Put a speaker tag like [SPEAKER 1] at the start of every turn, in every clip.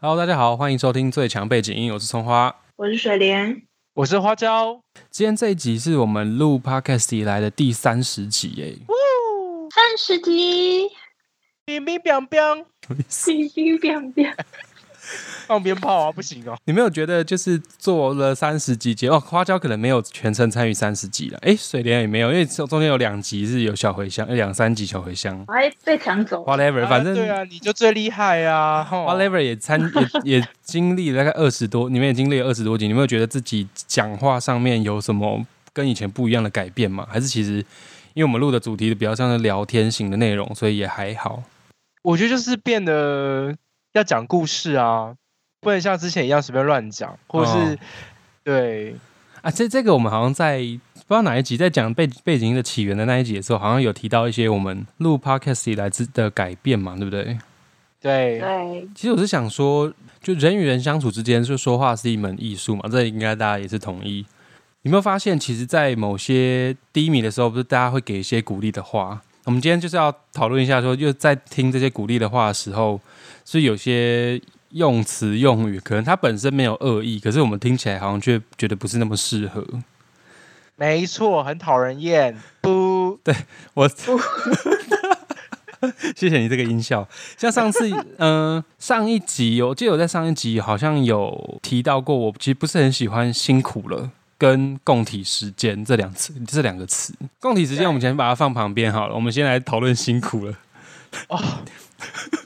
[SPEAKER 1] Hello，大家好，欢迎收听最强背景音，我是葱花。
[SPEAKER 2] 我是水莲，
[SPEAKER 3] 我是花椒，
[SPEAKER 1] 今天这一集是我们录 Podcast 以来的第三十集耶，
[SPEAKER 3] 呜，
[SPEAKER 2] 三十集，
[SPEAKER 3] 冰冰冰冰，
[SPEAKER 2] 星星变变，
[SPEAKER 3] 放鞭炮啊，不行哦，
[SPEAKER 1] 你没有觉得就是做了三十集节哦？花椒可能没有全程参与三十集了，哎，水莲也没有，因为中中间有两集是有小茴香，呃两三集小茴香
[SPEAKER 2] 我还被抢走。
[SPEAKER 1] ，whatever，反正、
[SPEAKER 3] 啊对啊，你就最厉害啊，吼
[SPEAKER 1] whatever 也参 也也经历了大概二十多，你们也经历了二十多集，你有没有觉得自己讲话上面有什么跟以前不一样的改变吗？还是其实因为我们录的主题比较像是聊天型的内容，所以也还好。
[SPEAKER 3] 我觉得就是变得要讲故事啊，不能像之前一样随便乱讲，或者是、
[SPEAKER 1] 哦
[SPEAKER 3] 对，
[SPEAKER 1] 啊，这这个我们好像在不知道哪一集在讲背背景音的起源的那一集的时候，好像有提到一些我们录 podcast 以来之的改变嘛，对不对？
[SPEAKER 3] 对，
[SPEAKER 2] 对，
[SPEAKER 1] 其实我是想说，就人与人相处之间，就说话是一门艺术嘛，这应该大家也是同意。有没有发现，其实，在某些低迷的时候，不是大家会给一些鼓励的话？我们今天就是要讨论一下说就在听这些鼓励的话的时候，是有些用词用语，可能它本身没有恶意，可是我们听起来好像却觉得不是那么适合。
[SPEAKER 3] 没错，很讨人厌，不，
[SPEAKER 1] 我，谢谢你这个音效。像上次，嗯、上一集有，我记得我在上一集好像有提到过，我其实不是很喜欢“辛苦了”跟“共体时间”这两词，这两个词。共体时间，我们先把它放旁边好了，我们先来讨论“辛苦了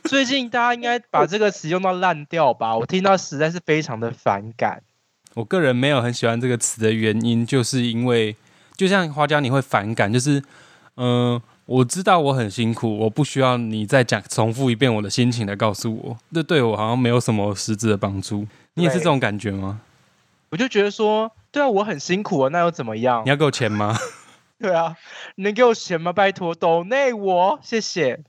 [SPEAKER 3] 最近大家应该把这个词用到烂掉吧，我听到实在是非常的反感，”。
[SPEAKER 1] 我个人没有很喜欢这个词的原因，就是因为就像花椒，你会反感，就是嗯、呃我知道我很辛苦，我不需要你再讲重复一遍我的心情来告诉我，这对我好像没有什么实质的帮助。你也是
[SPEAKER 3] 对
[SPEAKER 1] 这种感觉吗？
[SPEAKER 3] 我就觉得说，对啊，我很辛苦啊，那又怎么样
[SPEAKER 1] 你？要给我钱吗？
[SPEAKER 3] 对啊，你能给我钱吗？拜托，抖内我，谢谢。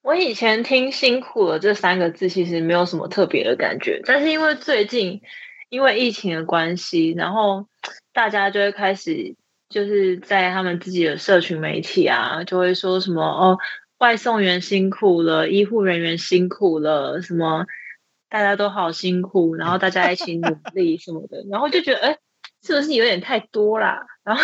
[SPEAKER 2] 我以前听“辛苦了”这三个字，其实没有什么特别的感觉，但是因为最近因为疫情的关系，然后大家就会开始就是在他们自己的社群媒体啊，就会说什么哦，外送员辛苦了，医护人员辛苦了，什么大家都好辛苦，然后大家一起努力什么的，然后就觉得哎，是不是有点太多啦？然后。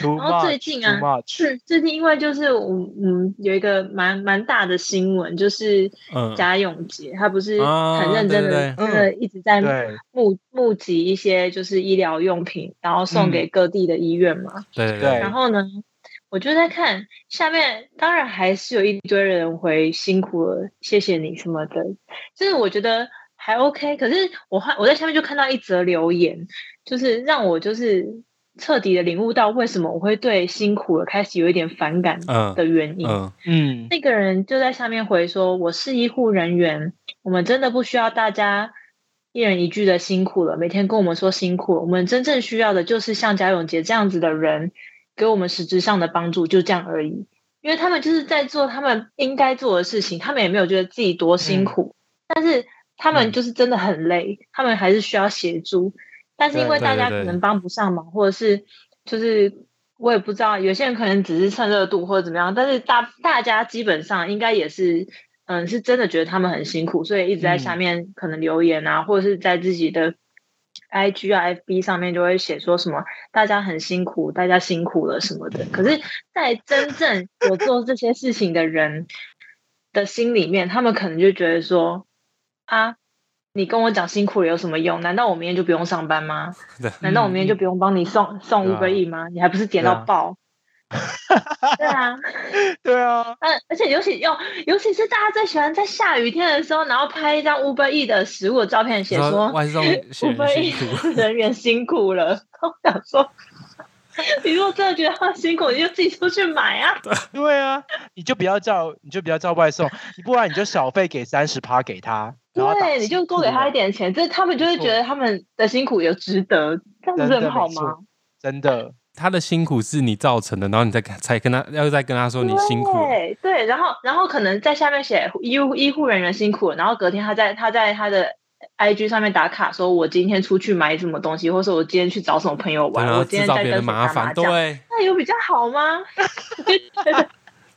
[SPEAKER 3] Too
[SPEAKER 2] 然后
[SPEAKER 3] much,
[SPEAKER 2] 最近啊
[SPEAKER 3] too much。
[SPEAKER 2] 是最近，因为就是我嗯有一个蛮蛮大的新闻，就是
[SPEAKER 1] 嗯
[SPEAKER 2] 贾永杰、他不是
[SPEAKER 1] 啊
[SPEAKER 2] 很认真
[SPEAKER 1] 对
[SPEAKER 2] 的，
[SPEAKER 3] 对对
[SPEAKER 2] 真的一直在
[SPEAKER 3] 对
[SPEAKER 2] 募、募集一些就是医疗用品，然后
[SPEAKER 3] 嗯
[SPEAKER 2] 送给各地的医院嘛。
[SPEAKER 1] 对对
[SPEAKER 3] 对
[SPEAKER 2] 然后呢，我就在看下面，当然还是有一堆人回辛苦了，谢谢你什么的，就是我觉得还 OK。可是我还我在下面就看到一则留言，就是让我就是彻底的领悟到为什么我会对辛苦了开始有一点反感
[SPEAKER 1] 嗯
[SPEAKER 2] 的原因。
[SPEAKER 1] 嗯，
[SPEAKER 3] 嗯，
[SPEAKER 2] 那个人就在下面回说：“我是医护人员，我们真的不需要大家一人一句的辛苦了，每天跟我们说辛苦。我们真正需要的就是像贾永杰这样子的人，给我们实质上的帮助，就这样而已。因为他们就是在做他们应该做的事情，他们也没有觉得自己多辛苦，但是他们
[SPEAKER 3] 嗯
[SPEAKER 2] 就是真的很累，他们还是需要协助。但是因为
[SPEAKER 1] 对
[SPEAKER 2] 大
[SPEAKER 1] 对
[SPEAKER 2] 家
[SPEAKER 1] 对
[SPEAKER 2] 可能帮不上忙，或者是就是我也不知道，有些人可能只是趁热度或者怎么样，但是大大家基本上应该也是，嗯，是真的觉得他们很辛苦，所以一直在下
[SPEAKER 3] 嗯
[SPEAKER 2] 面可能留言啊，或者是在自己的 IG 啊、FB 上面就会写说什么大家很辛苦，大家辛苦了什么的。可是，在真正有做这些事情的人的心里面，他们可能就觉得说啊。你跟我讲辛苦了有什么用？难道我明天就不用上班吗？
[SPEAKER 1] 对
[SPEAKER 2] 难道我明天就
[SPEAKER 3] 嗯
[SPEAKER 2] 不用帮你送送
[SPEAKER 1] 对
[SPEAKER 2] 五
[SPEAKER 1] 啊
[SPEAKER 2] 个亿吗？你还不是点到
[SPEAKER 3] 对啊
[SPEAKER 2] 爆？ 对啊，
[SPEAKER 3] 对啊，
[SPEAKER 2] 嗯，而且尤其要，尤其是大家最喜欢在下雨天的时候，然后拍一张 Uber E 的食物的照片，写
[SPEAKER 1] 说
[SPEAKER 2] 说
[SPEAKER 1] 外 送写
[SPEAKER 2] Uber
[SPEAKER 1] 人
[SPEAKER 2] E
[SPEAKER 1] 辛苦，
[SPEAKER 2] 人员辛苦了。我想说， 你如果真的觉得他辛苦，你就自己出去买啊。
[SPEAKER 3] 对啊，你就不要叫，你就不要叫外送，你不然你就小费给三十趴给他，然后打
[SPEAKER 2] 对，你就多给他一
[SPEAKER 3] 折，
[SPEAKER 2] 点钱，这他们就会觉得他们的辛苦有值得，这样不是
[SPEAKER 3] 真
[SPEAKER 2] 很
[SPEAKER 3] 的
[SPEAKER 2] 好
[SPEAKER 3] 没
[SPEAKER 2] 吗
[SPEAKER 3] 错？真的，
[SPEAKER 1] 他的辛苦是你造成的，然后你再跟才跟他要再跟他说你辛苦了，
[SPEAKER 2] 对对，然后然后可能在下面写医护医护人员辛苦了，然后隔天他在他在他的 IG 上面打卡，说我今天出去买什么东西，或者我今天去找什么朋友
[SPEAKER 1] 对
[SPEAKER 2] 玩，
[SPEAKER 1] 然
[SPEAKER 2] 我
[SPEAKER 1] 后
[SPEAKER 2] 今
[SPEAKER 1] 制
[SPEAKER 2] 天
[SPEAKER 1] 造
[SPEAKER 2] 在
[SPEAKER 1] 别人
[SPEAKER 2] 跟谁打
[SPEAKER 1] 麻
[SPEAKER 2] 麻
[SPEAKER 1] 烦，
[SPEAKER 2] 将，
[SPEAKER 1] 对，
[SPEAKER 2] 那有比较好吗？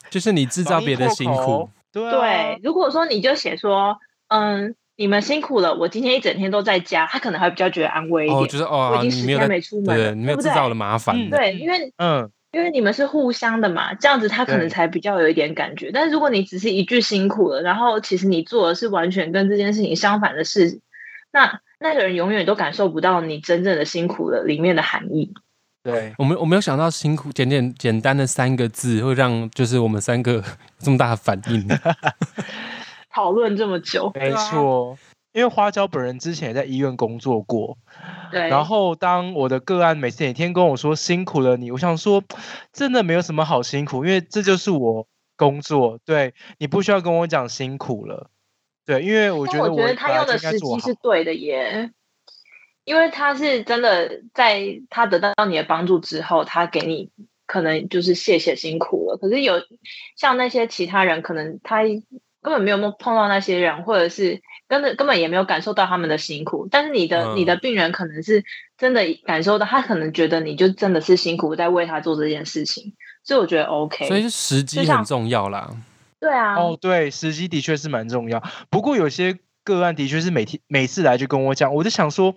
[SPEAKER 1] 就是你制造别人辛
[SPEAKER 3] 防疫破
[SPEAKER 1] 苦
[SPEAKER 3] 口，，对啊
[SPEAKER 2] 对，如果说你就写说，嗯，你们辛苦了，我今天一整天都在家，他可能还比较觉得安慰一点。
[SPEAKER 1] 哦，就是哦，
[SPEAKER 2] 我已经
[SPEAKER 1] 你
[SPEAKER 2] 十
[SPEAKER 1] 没有在
[SPEAKER 2] 天没出门了，
[SPEAKER 1] 对，你没有
[SPEAKER 2] 不
[SPEAKER 1] 制造
[SPEAKER 2] 对
[SPEAKER 1] 了？麻烦。
[SPEAKER 3] 嗯
[SPEAKER 2] 对，因为
[SPEAKER 3] 嗯，
[SPEAKER 2] 因为你们是互相的嘛，这样子他可
[SPEAKER 3] 对
[SPEAKER 2] 能才比较有一点感觉。但是如果你只是一句辛苦了，然后其实你做的是完全跟这件事情相反的事，那那个人永远都感受不到你真正的辛苦了里面的含义。
[SPEAKER 3] 对，
[SPEAKER 1] 我没我没有想到辛苦简简简单的三个字会让就是我们三个 这么大的反应。
[SPEAKER 2] 讨论这么久，
[SPEAKER 1] 啊
[SPEAKER 3] 没错。因为花椒本人之前也在医院工作过，
[SPEAKER 2] 对，
[SPEAKER 3] 然后当我的个案每次每天跟我说辛苦了你，我想说真的没有什么好辛苦，因为这就是我工作，对你不需要跟我讲辛苦了，对，因为我觉
[SPEAKER 2] 但
[SPEAKER 3] 得
[SPEAKER 2] 我
[SPEAKER 3] 我
[SPEAKER 2] 觉得他
[SPEAKER 3] 本来
[SPEAKER 2] 用
[SPEAKER 3] 就
[SPEAKER 2] 的
[SPEAKER 3] 应该
[SPEAKER 2] 时
[SPEAKER 3] 做
[SPEAKER 2] 机
[SPEAKER 3] 好
[SPEAKER 2] 是对的耶，因为他是真的在他得到你的帮助之后，他给你可能就是谢谢辛苦了。可是有像那些其他人，可能他根本没有碰碰到那些人，或者是根本根本也没有感受到他们的辛苦。但是你的、你
[SPEAKER 3] 嗯
[SPEAKER 2] 的病人可能是真的感受到，他可能觉得你就真的是辛苦在为他做这件事情，所以我觉得 OK。
[SPEAKER 1] 所以是时机很重要啦。
[SPEAKER 2] 对啊，
[SPEAKER 3] 哦，对，时机的确是蛮重要。不过有些个案的确是每天每次来就跟我讲，我就想说，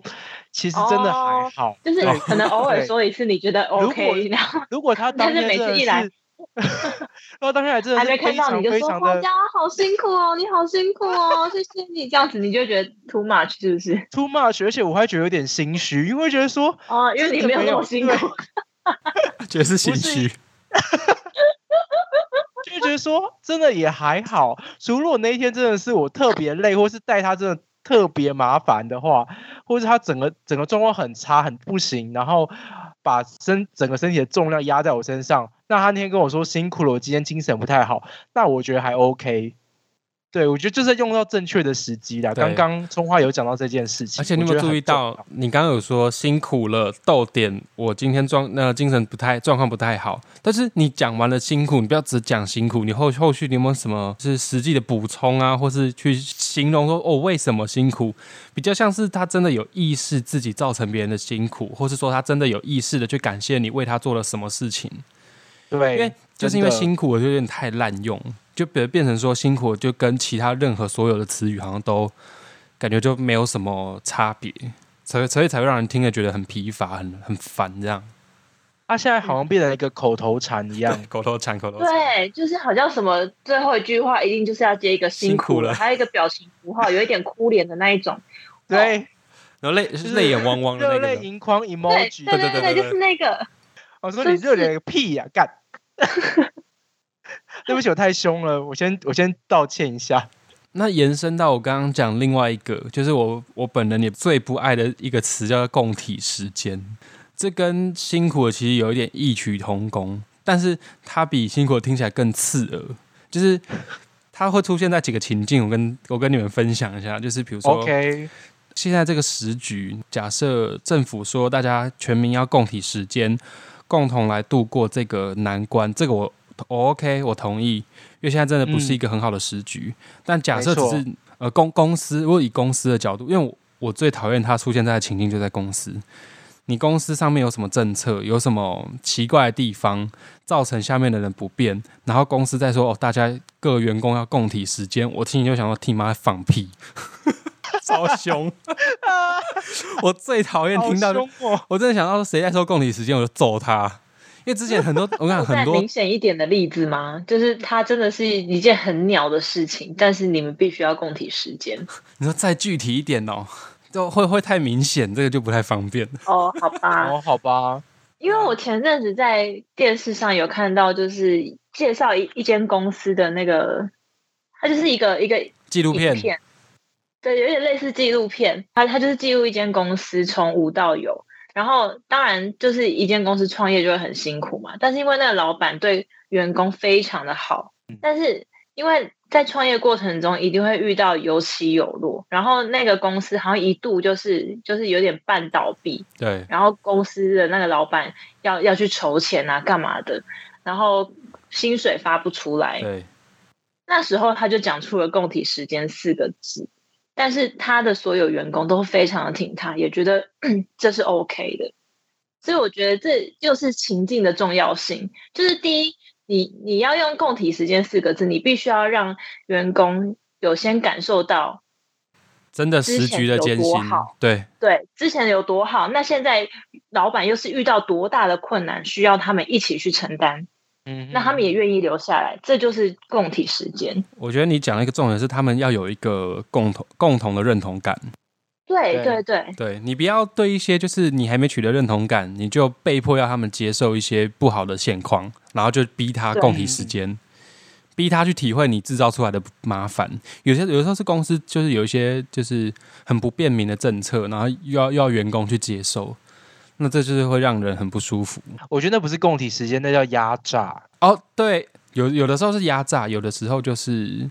[SPEAKER 3] 其实真的还
[SPEAKER 2] 哦
[SPEAKER 3] 好。
[SPEAKER 2] 就是
[SPEAKER 3] 对
[SPEAKER 2] 可能偶尔说一次，你觉得
[SPEAKER 3] 如果
[SPEAKER 2] OK，然后。
[SPEAKER 3] 如果他
[SPEAKER 2] 但
[SPEAKER 3] 当
[SPEAKER 2] 是
[SPEAKER 3] 天
[SPEAKER 2] 每
[SPEAKER 3] 真的
[SPEAKER 2] 次一
[SPEAKER 3] 是，
[SPEAKER 2] 来
[SPEAKER 3] 如果当天来真的
[SPEAKER 2] 还
[SPEAKER 3] 是
[SPEAKER 2] 没
[SPEAKER 3] 非
[SPEAKER 2] 看到
[SPEAKER 3] 常
[SPEAKER 2] 你就
[SPEAKER 3] 非
[SPEAKER 2] 说哦
[SPEAKER 3] 常
[SPEAKER 2] 花
[SPEAKER 3] 的
[SPEAKER 2] 椒好辛苦哦，你好辛苦哦，谢谢你这样子，你就会觉得 too much 是不是？
[SPEAKER 3] too much，而且我还觉得有点心虚，因为觉得说
[SPEAKER 2] 哦，因为你
[SPEAKER 3] 真的
[SPEAKER 2] 没有
[SPEAKER 3] 没
[SPEAKER 2] 那
[SPEAKER 3] 有
[SPEAKER 2] 么辛苦，
[SPEAKER 1] 觉得是心
[SPEAKER 3] 不是
[SPEAKER 1] 虚，
[SPEAKER 3] 就觉得说真的也还好，除了我那一天真的是我特别累，或是带他真的特别麻烦的话，或是他整个整个状况很差很不行，然后把身整个身体的重量压在我身上，那他那天跟我说辛苦了，我今天精神不太好，那我觉得还 OK。对，我觉得就是用到正确的时机啦。
[SPEAKER 1] 对
[SPEAKER 3] 刚刚葱花有讲到这件事情，
[SPEAKER 1] 而且你有
[SPEAKER 3] 我
[SPEAKER 1] 没
[SPEAKER 3] 觉
[SPEAKER 1] 有
[SPEAKER 3] 得
[SPEAKER 1] 注
[SPEAKER 3] 很
[SPEAKER 1] 意
[SPEAKER 3] 重
[SPEAKER 1] 到？你刚刚有说辛苦了，逗点，我今天状那、精神不太状况不太好。但是你讲完了辛苦，你不要只讲辛苦，你后后续你有没有什么就是实际的补充啊，或是去形容说哦为什么辛苦？比较像是他真的有意识自己造成别人的辛苦，或是说他真的有意识的去感谢你为他做了什么事情。
[SPEAKER 3] 对，
[SPEAKER 1] 因为就是因为
[SPEAKER 3] 哎真的
[SPEAKER 1] 辛苦，我就有点太滥用，就别变成说辛苦，就跟其他任何所有的词语好像都感觉就没有什么差别，所以所以才会让人听了觉得很疲乏、很很烦这样。
[SPEAKER 3] 他啊现在好像变成一个口头禅一样。
[SPEAKER 1] 口头禅，口头禅，
[SPEAKER 2] 对，就是好像什么最后一句话一定就是要接一个辛
[SPEAKER 1] 辛苦了
[SPEAKER 2] 了，还有一个表情符号，有一点哭脸的那一种，
[SPEAKER 3] 对，
[SPEAKER 1] 然后泪
[SPEAKER 3] 是
[SPEAKER 1] 泪眼汪汪的
[SPEAKER 3] 热
[SPEAKER 1] 那
[SPEAKER 3] 泪
[SPEAKER 1] 个人。
[SPEAKER 3] 盈眶
[SPEAKER 2] 对
[SPEAKER 3] emoji。
[SPEAKER 2] 对
[SPEAKER 1] 哦对对对
[SPEAKER 2] 对，就是那个，
[SPEAKER 3] 我哦说你
[SPEAKER 2] 真是
[SPEAKER 3] 热脸个屁呀、 干！对不起，我太凶了，我先我先道歉一下。
[SPEAKER 1] 那延伸到我刚刚讲另外一个，就是我我本人也最不爱的一个词叫做共体时间，这跟辛苦的其实有一点异曲同工，但是它比辛苦的听起来更刺耳，就是它会出现在几个情境，我跟我跟你们分享一下，就是比如说
[SPEAKER 3] OK，
[SPEAKER 1] 现在这个时局，假设政府说大家全民要共体时间，共同来度过这个难关，这个我我 OK，我同意，因为现在真的不是一个很好的时局。但假设只
[SPEAKER 3] 没
[SPEAKER 1] 是呃公公司，如果以公司的角度，因为我我最讨厌它出现在的情境就在公司。你公司上面有什么政策，有什么奇怪的地方，造成下面的人不便，然后公司再说哦，大家各员工要共体时间，我听你就想说，听妈放屁， 超 凶！我最讨厌
[SPEAKER 3] 好
[SPEAKER 1] 听到，
[SPEAKER 3] 凶 哦！
[SPEAKER 1] 我真的想到谁在说共体时间，我就揍他。因为之前 很多，我跟你讲
[SPEAKER 2] 再
[SPEAKER 1] 很多
[SPEAKER 2] 明显一点的例子吗？就是它真的是一件很鸟的事情，但是你们必须要共体时间。
[SPEAKER 1] 你说再具体一点哦，就会会太明显，这个就不太方便。
[SPEAKER 2] 哦，好吧，
[SPEAKER 3] 哦，好吧，
[SPEAKER 2] 因为
[SPEAKER 1] 嗯
[SPEAKER 2] 我前阵子在电视上有看到，就是介绍一一间公司的那个，它就是一个一个
[SPEAKER 1] 纪录
[SPEAKER 2] 影
[SPEAKER 1] 片
[SPEAKER 2] 片，对，有点类似纪录片。它它就是记录一间公司从无到有，然后当然就是一间公司创业就会很辛苦嘛，但是因为那个老板对员工非常的好，
[SPEAKER 1] 嗯
[SPEAKER 2] 但是因为在创业过程中一定会遇到有起有落，然后那个公司好像一度就是就是有点半倒闭，
[SPEAKER 1] 对，
[SPEAKER 2] 然后公司的那个老板要要去筹钱啊，干嘛的，然后薪水发不出来。
[SPEAKER 1] 对，
[SPEAKER 2] 那时候他就讲出了“供体时间”四个字，但是他的所有员工都非常的挺他，也觉得 这是 OK 的。所以我觉得这就是情境的重要性，就是第一，你你要用“供体时间”四个字，你必须要让员工有先感受到
[SPEAKER 1] 真的时局的艰
[SPEAKER 2] 之
[SPEAKER 1] 辛
[SPEAKER 2] 前有多好，
[SPEAKER 1] 对，
[SPEAKER 2] 对，之前有多好，那现在老板又是遇到多大的困难，需要他们一起去承担，
[SPEAKER 3] 嗯哼，
[SPEAKER 2] 那他们也愿意留下来，这就是共体时间。
[SPEAKER 1] 我觉得你讲了一个重点是，他们要有一个共同共同的认同感。
[SPEAKER 2] 对对
[SPEAKER 3] 对
[SPEAKER 2] 对，
[SPEAKER 1] 对你不要对一些就是你还没取得认同感，你就被迫要他们接受一些不好的现况，然后就逼他
[SPEAKER 2] 对
[SPEAKER 1] 共体时间，逼他去体会你制造出来的麻烦。有些有时候是公司就是有一些就是很不便民的政策，然后又要又要员工去接受，那这就是会让人很不舒服。
[SPEAKER 3] 我觉得那不是共体时间，那叫压榨。
[SPEAKER 1] 哦，对，有有的时候是压榨，有的时候就是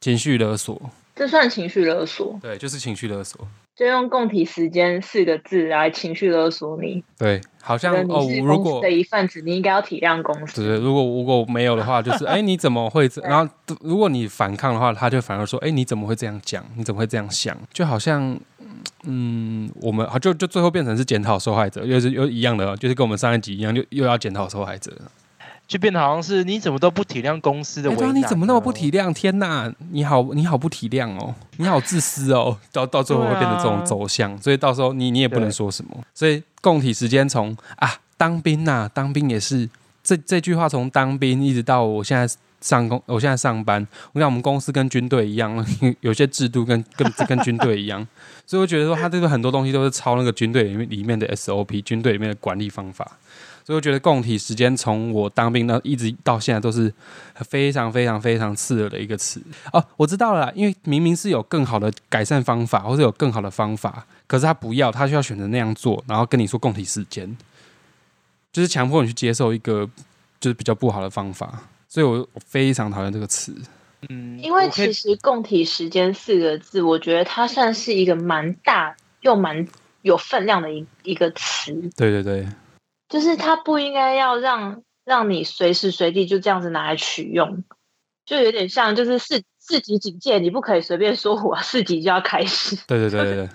[SPEAKER 1] 情绪勒索，
[SPEAKER 2] 这算情绪勒索，
[SPEAKER 1] 对，就是情绪勒索。
[SPEAKER 2] 就用共体时间四个字来情绪勒索你。
[SPEAKER 1] 对，好
[SPEAKER 2] 觉
[SPEAKER 1] 像
[SPEAKER 2] 得你
[SPEAKER 1] 哦
[SPEAKER 2] 是，
[SPEAKER 1] 如
[SPEAKER 2] 公司
[SPEAKER 1] 果
[SPEAKER 2] 的一份子，你应该要体谅公
[SPEAKER 1] 对
[SPEAKER 2] 司。
[SPEAKER 1] 如果如果没有的话，就是哎、你怎么会这？
[SPEAKER 2] 对
[SPEAKER 1] 然后如果你反抗的话，他就反而说，哎、你怎么会这样讲？你怎么会这样想？就好像，嗯，我们好就就最后变成是检讨受害者，又是又一样的哦，就是跟我们上一集一样，就又要检讨受害者。
[SPEAKER 3] 就变得好像是你怎么都不体谅公司的
[SPEAKER 1] 哎
[SPEAKER 3] 为
[SPEAKER 1] 对啊，
[SPEAKER 3] 难、
[SPEAKER 1] 你怎么那么不体？谅？天呐，你好，你好不体谅哦，你好自私哦，到到最后会变成这种走向，所以到时候你你也不能
[SPEAKER 3] 对
[SPEAKER 1] 说什么。所以共体时间从啊当兵呐、当兵也是这这句话从当兵一直到我现在上工，我现在上班，我想我们公司跟军队一样， 有些制度跟跟跟军队一样， 所以我觉得说他这个很多东西都是抄那个军队里面里面的 SOP，军队里面的管理方法。所以我觉得共体时间从我当兵到一直到现在都是非常非常非常刺耳的一个词哦，我知道了啦，因为明明是有更好的改善方法，或者有更好的方法，可是他不要，他就要选择那样做，然后跟你说共体时间，就是强迫你去接受一个就是比较不好的方法，所以我我非常讨厌这个词。
[SPEAKER 3] 嗯，
[SPEAKER 2] 因为
[SPEAKER 3] 我可
[SPEAKER 2] 其
[SPEAKER 3] 以
[SPEAKER 2] 实“共体时间”四个字，我觉得它算是一个蛮大又蛮有分量的一一个词，
[SPEAKER 1] 对对对，
[SPEAKER 2] 就是它不应该要让让你随时随地就这样子拿来取用，就有点像就是四四级警戒，你不可以随便说我 四级就要开始，
[SPEAKER 1] 对对对对对，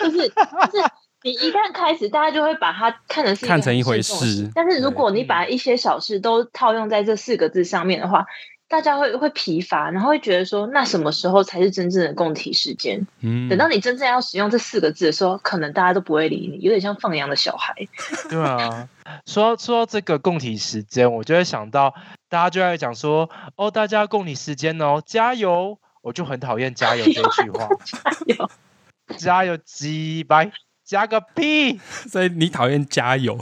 [SPEAKER 2] 就是就是你一旦开始，大家就会把它看成是
[SPEAKER 1] 看
[SPEAKER 2] 个
[SPEAKER 1] 成一
[SPEAKER 2] 很
[SPEAKER 1] 回
[SPEAKER 2] 慎重的
[SPEAKER 1] 事
[SPEAKER 2] 但是如
[SPEAKER 1] 对
[SPEAKER 2] 果你
[SPEAKER 3] 嗯
[SPEAKER 2] 把一些小事都套用在这四个字上面的话，大家会会疲乏，然后会觉得说，那什么时候才是真正的共体时间？
[SPEAKER 1] 嗯，
[SPEAKER 2] 等到你真正要使用这四个字的时候，可能大家都不会理你，有点像放羊的小孩。
[SPEAKER 3] 对啊，说到说到这个共体时间，我就会想到大家就在讲说，哦，大家共体时间哦，加油！我就很讨厌加油这一句 话，
[SPEAKER 2] 有
[SPEAKER 3] 加油鸡掰，加个屁！
[SPEAKER 1] 所以你讨厌加油，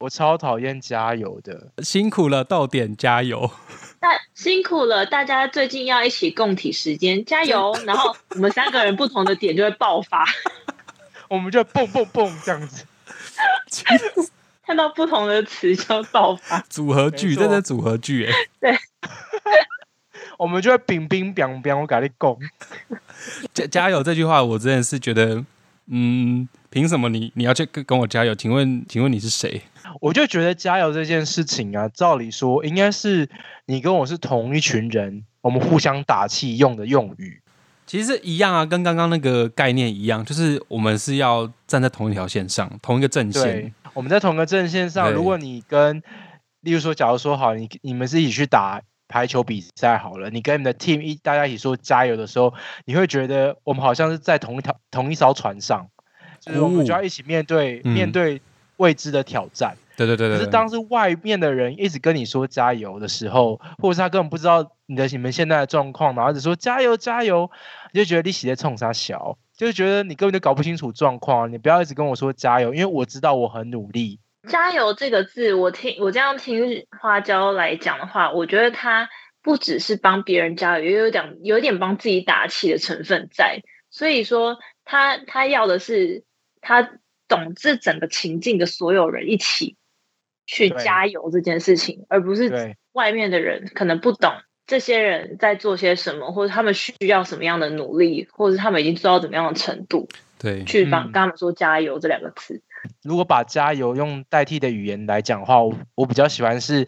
[SPEAKER 3] 我超讨厌加油的，
[SPEAKER 1] 辛苦了，到点加油，
[SPEAKER 2] 那辛苦了，大家最近要一起共体时间，加油！然后我们三个人不同的点就会爆发，
[SPEAKER 3] 我们就蹦蹦蹦这样子。
[SPEAKER 2] 看到不同的词就爆发。
[SPEAKER 1] 组合
[SPEAKER 3] 没
[SPEAKER 1] 句，
[SPEAKER 3] 错
[SPEAKER 1] 这是组合句哎、
[SPEAKER 3] 我们就会冰冰冰冰，我跟你讲，
[SPEAKER 1] 加加油这句话，我真的是觉得，嗯，凭什么你你要去跟跟我加油？请问请问你是谁？
[SPEAKER 3] 我就觉得加油这件事情啊，照理说应该是你跟我是同一群人，我们互相打气用的用语。
[SPEAKER 1] 其实一样啊，跟刚刚那个概念一样，就是我们是要站在同一条线上，同一个阵线
[SPEAKER 3] 对。，我们在同个阵线上，
[SPEAKER 1] 对
[SPEAKER 3] 如果你跟，例如说，假如说好，你你们是一起去打排球比赛好了，你跟你们的 team 一大家一起说加油的时候，你会觉得我们好像是在同一条同一艘船上，就是我
[SPEAKER 1] 哦
[SPEAKER 3] 们就要一起面对、
[SPEAKER 1] 嗯
[SPEAKER 3] 面对未知的挑战。
[SPEAKER 1] 对对对对
[SPEAKER 3] 可
[SPEAKER 1] 对。
[SPEAKER 3] 是当是外面的人一直跟你说加油的时候，或者是他根本不知道你的你们现在的状况，然后只说加油加油，你就觉得你喜在冲啥小，就是觉得你根本就搞不清楚状况，你不要一直跟我说加油，因为我知道我很努力。
[SPEAKER 2] 加油这个字，我听我这样听花椒来讲的话，我觉得它不只是帮别人加油，也有点有点帮自己打气的成分在。所以说他他要的是他懂这整个情境的所有人一起去
[SPEAKER 3] 对
[SPEAKER 2] 加油这件事情，而不是
[SPEAKER 3] 对
[SPEAKER 2] 外面的人可能不懂这些人在做些什么，或者他们需要什么样的努力，或者是他们已经做到怎么样的程度，
[SPEAKER 1] 对
[SPEAKER 2] 去帮
[SPEAKER 3] 嗯
[SPEAKER 2] 跟他们说加油这两个字。
[SPEAKER 3] 如果把加油用代替的语言来讲的话，我我比较喜欢是，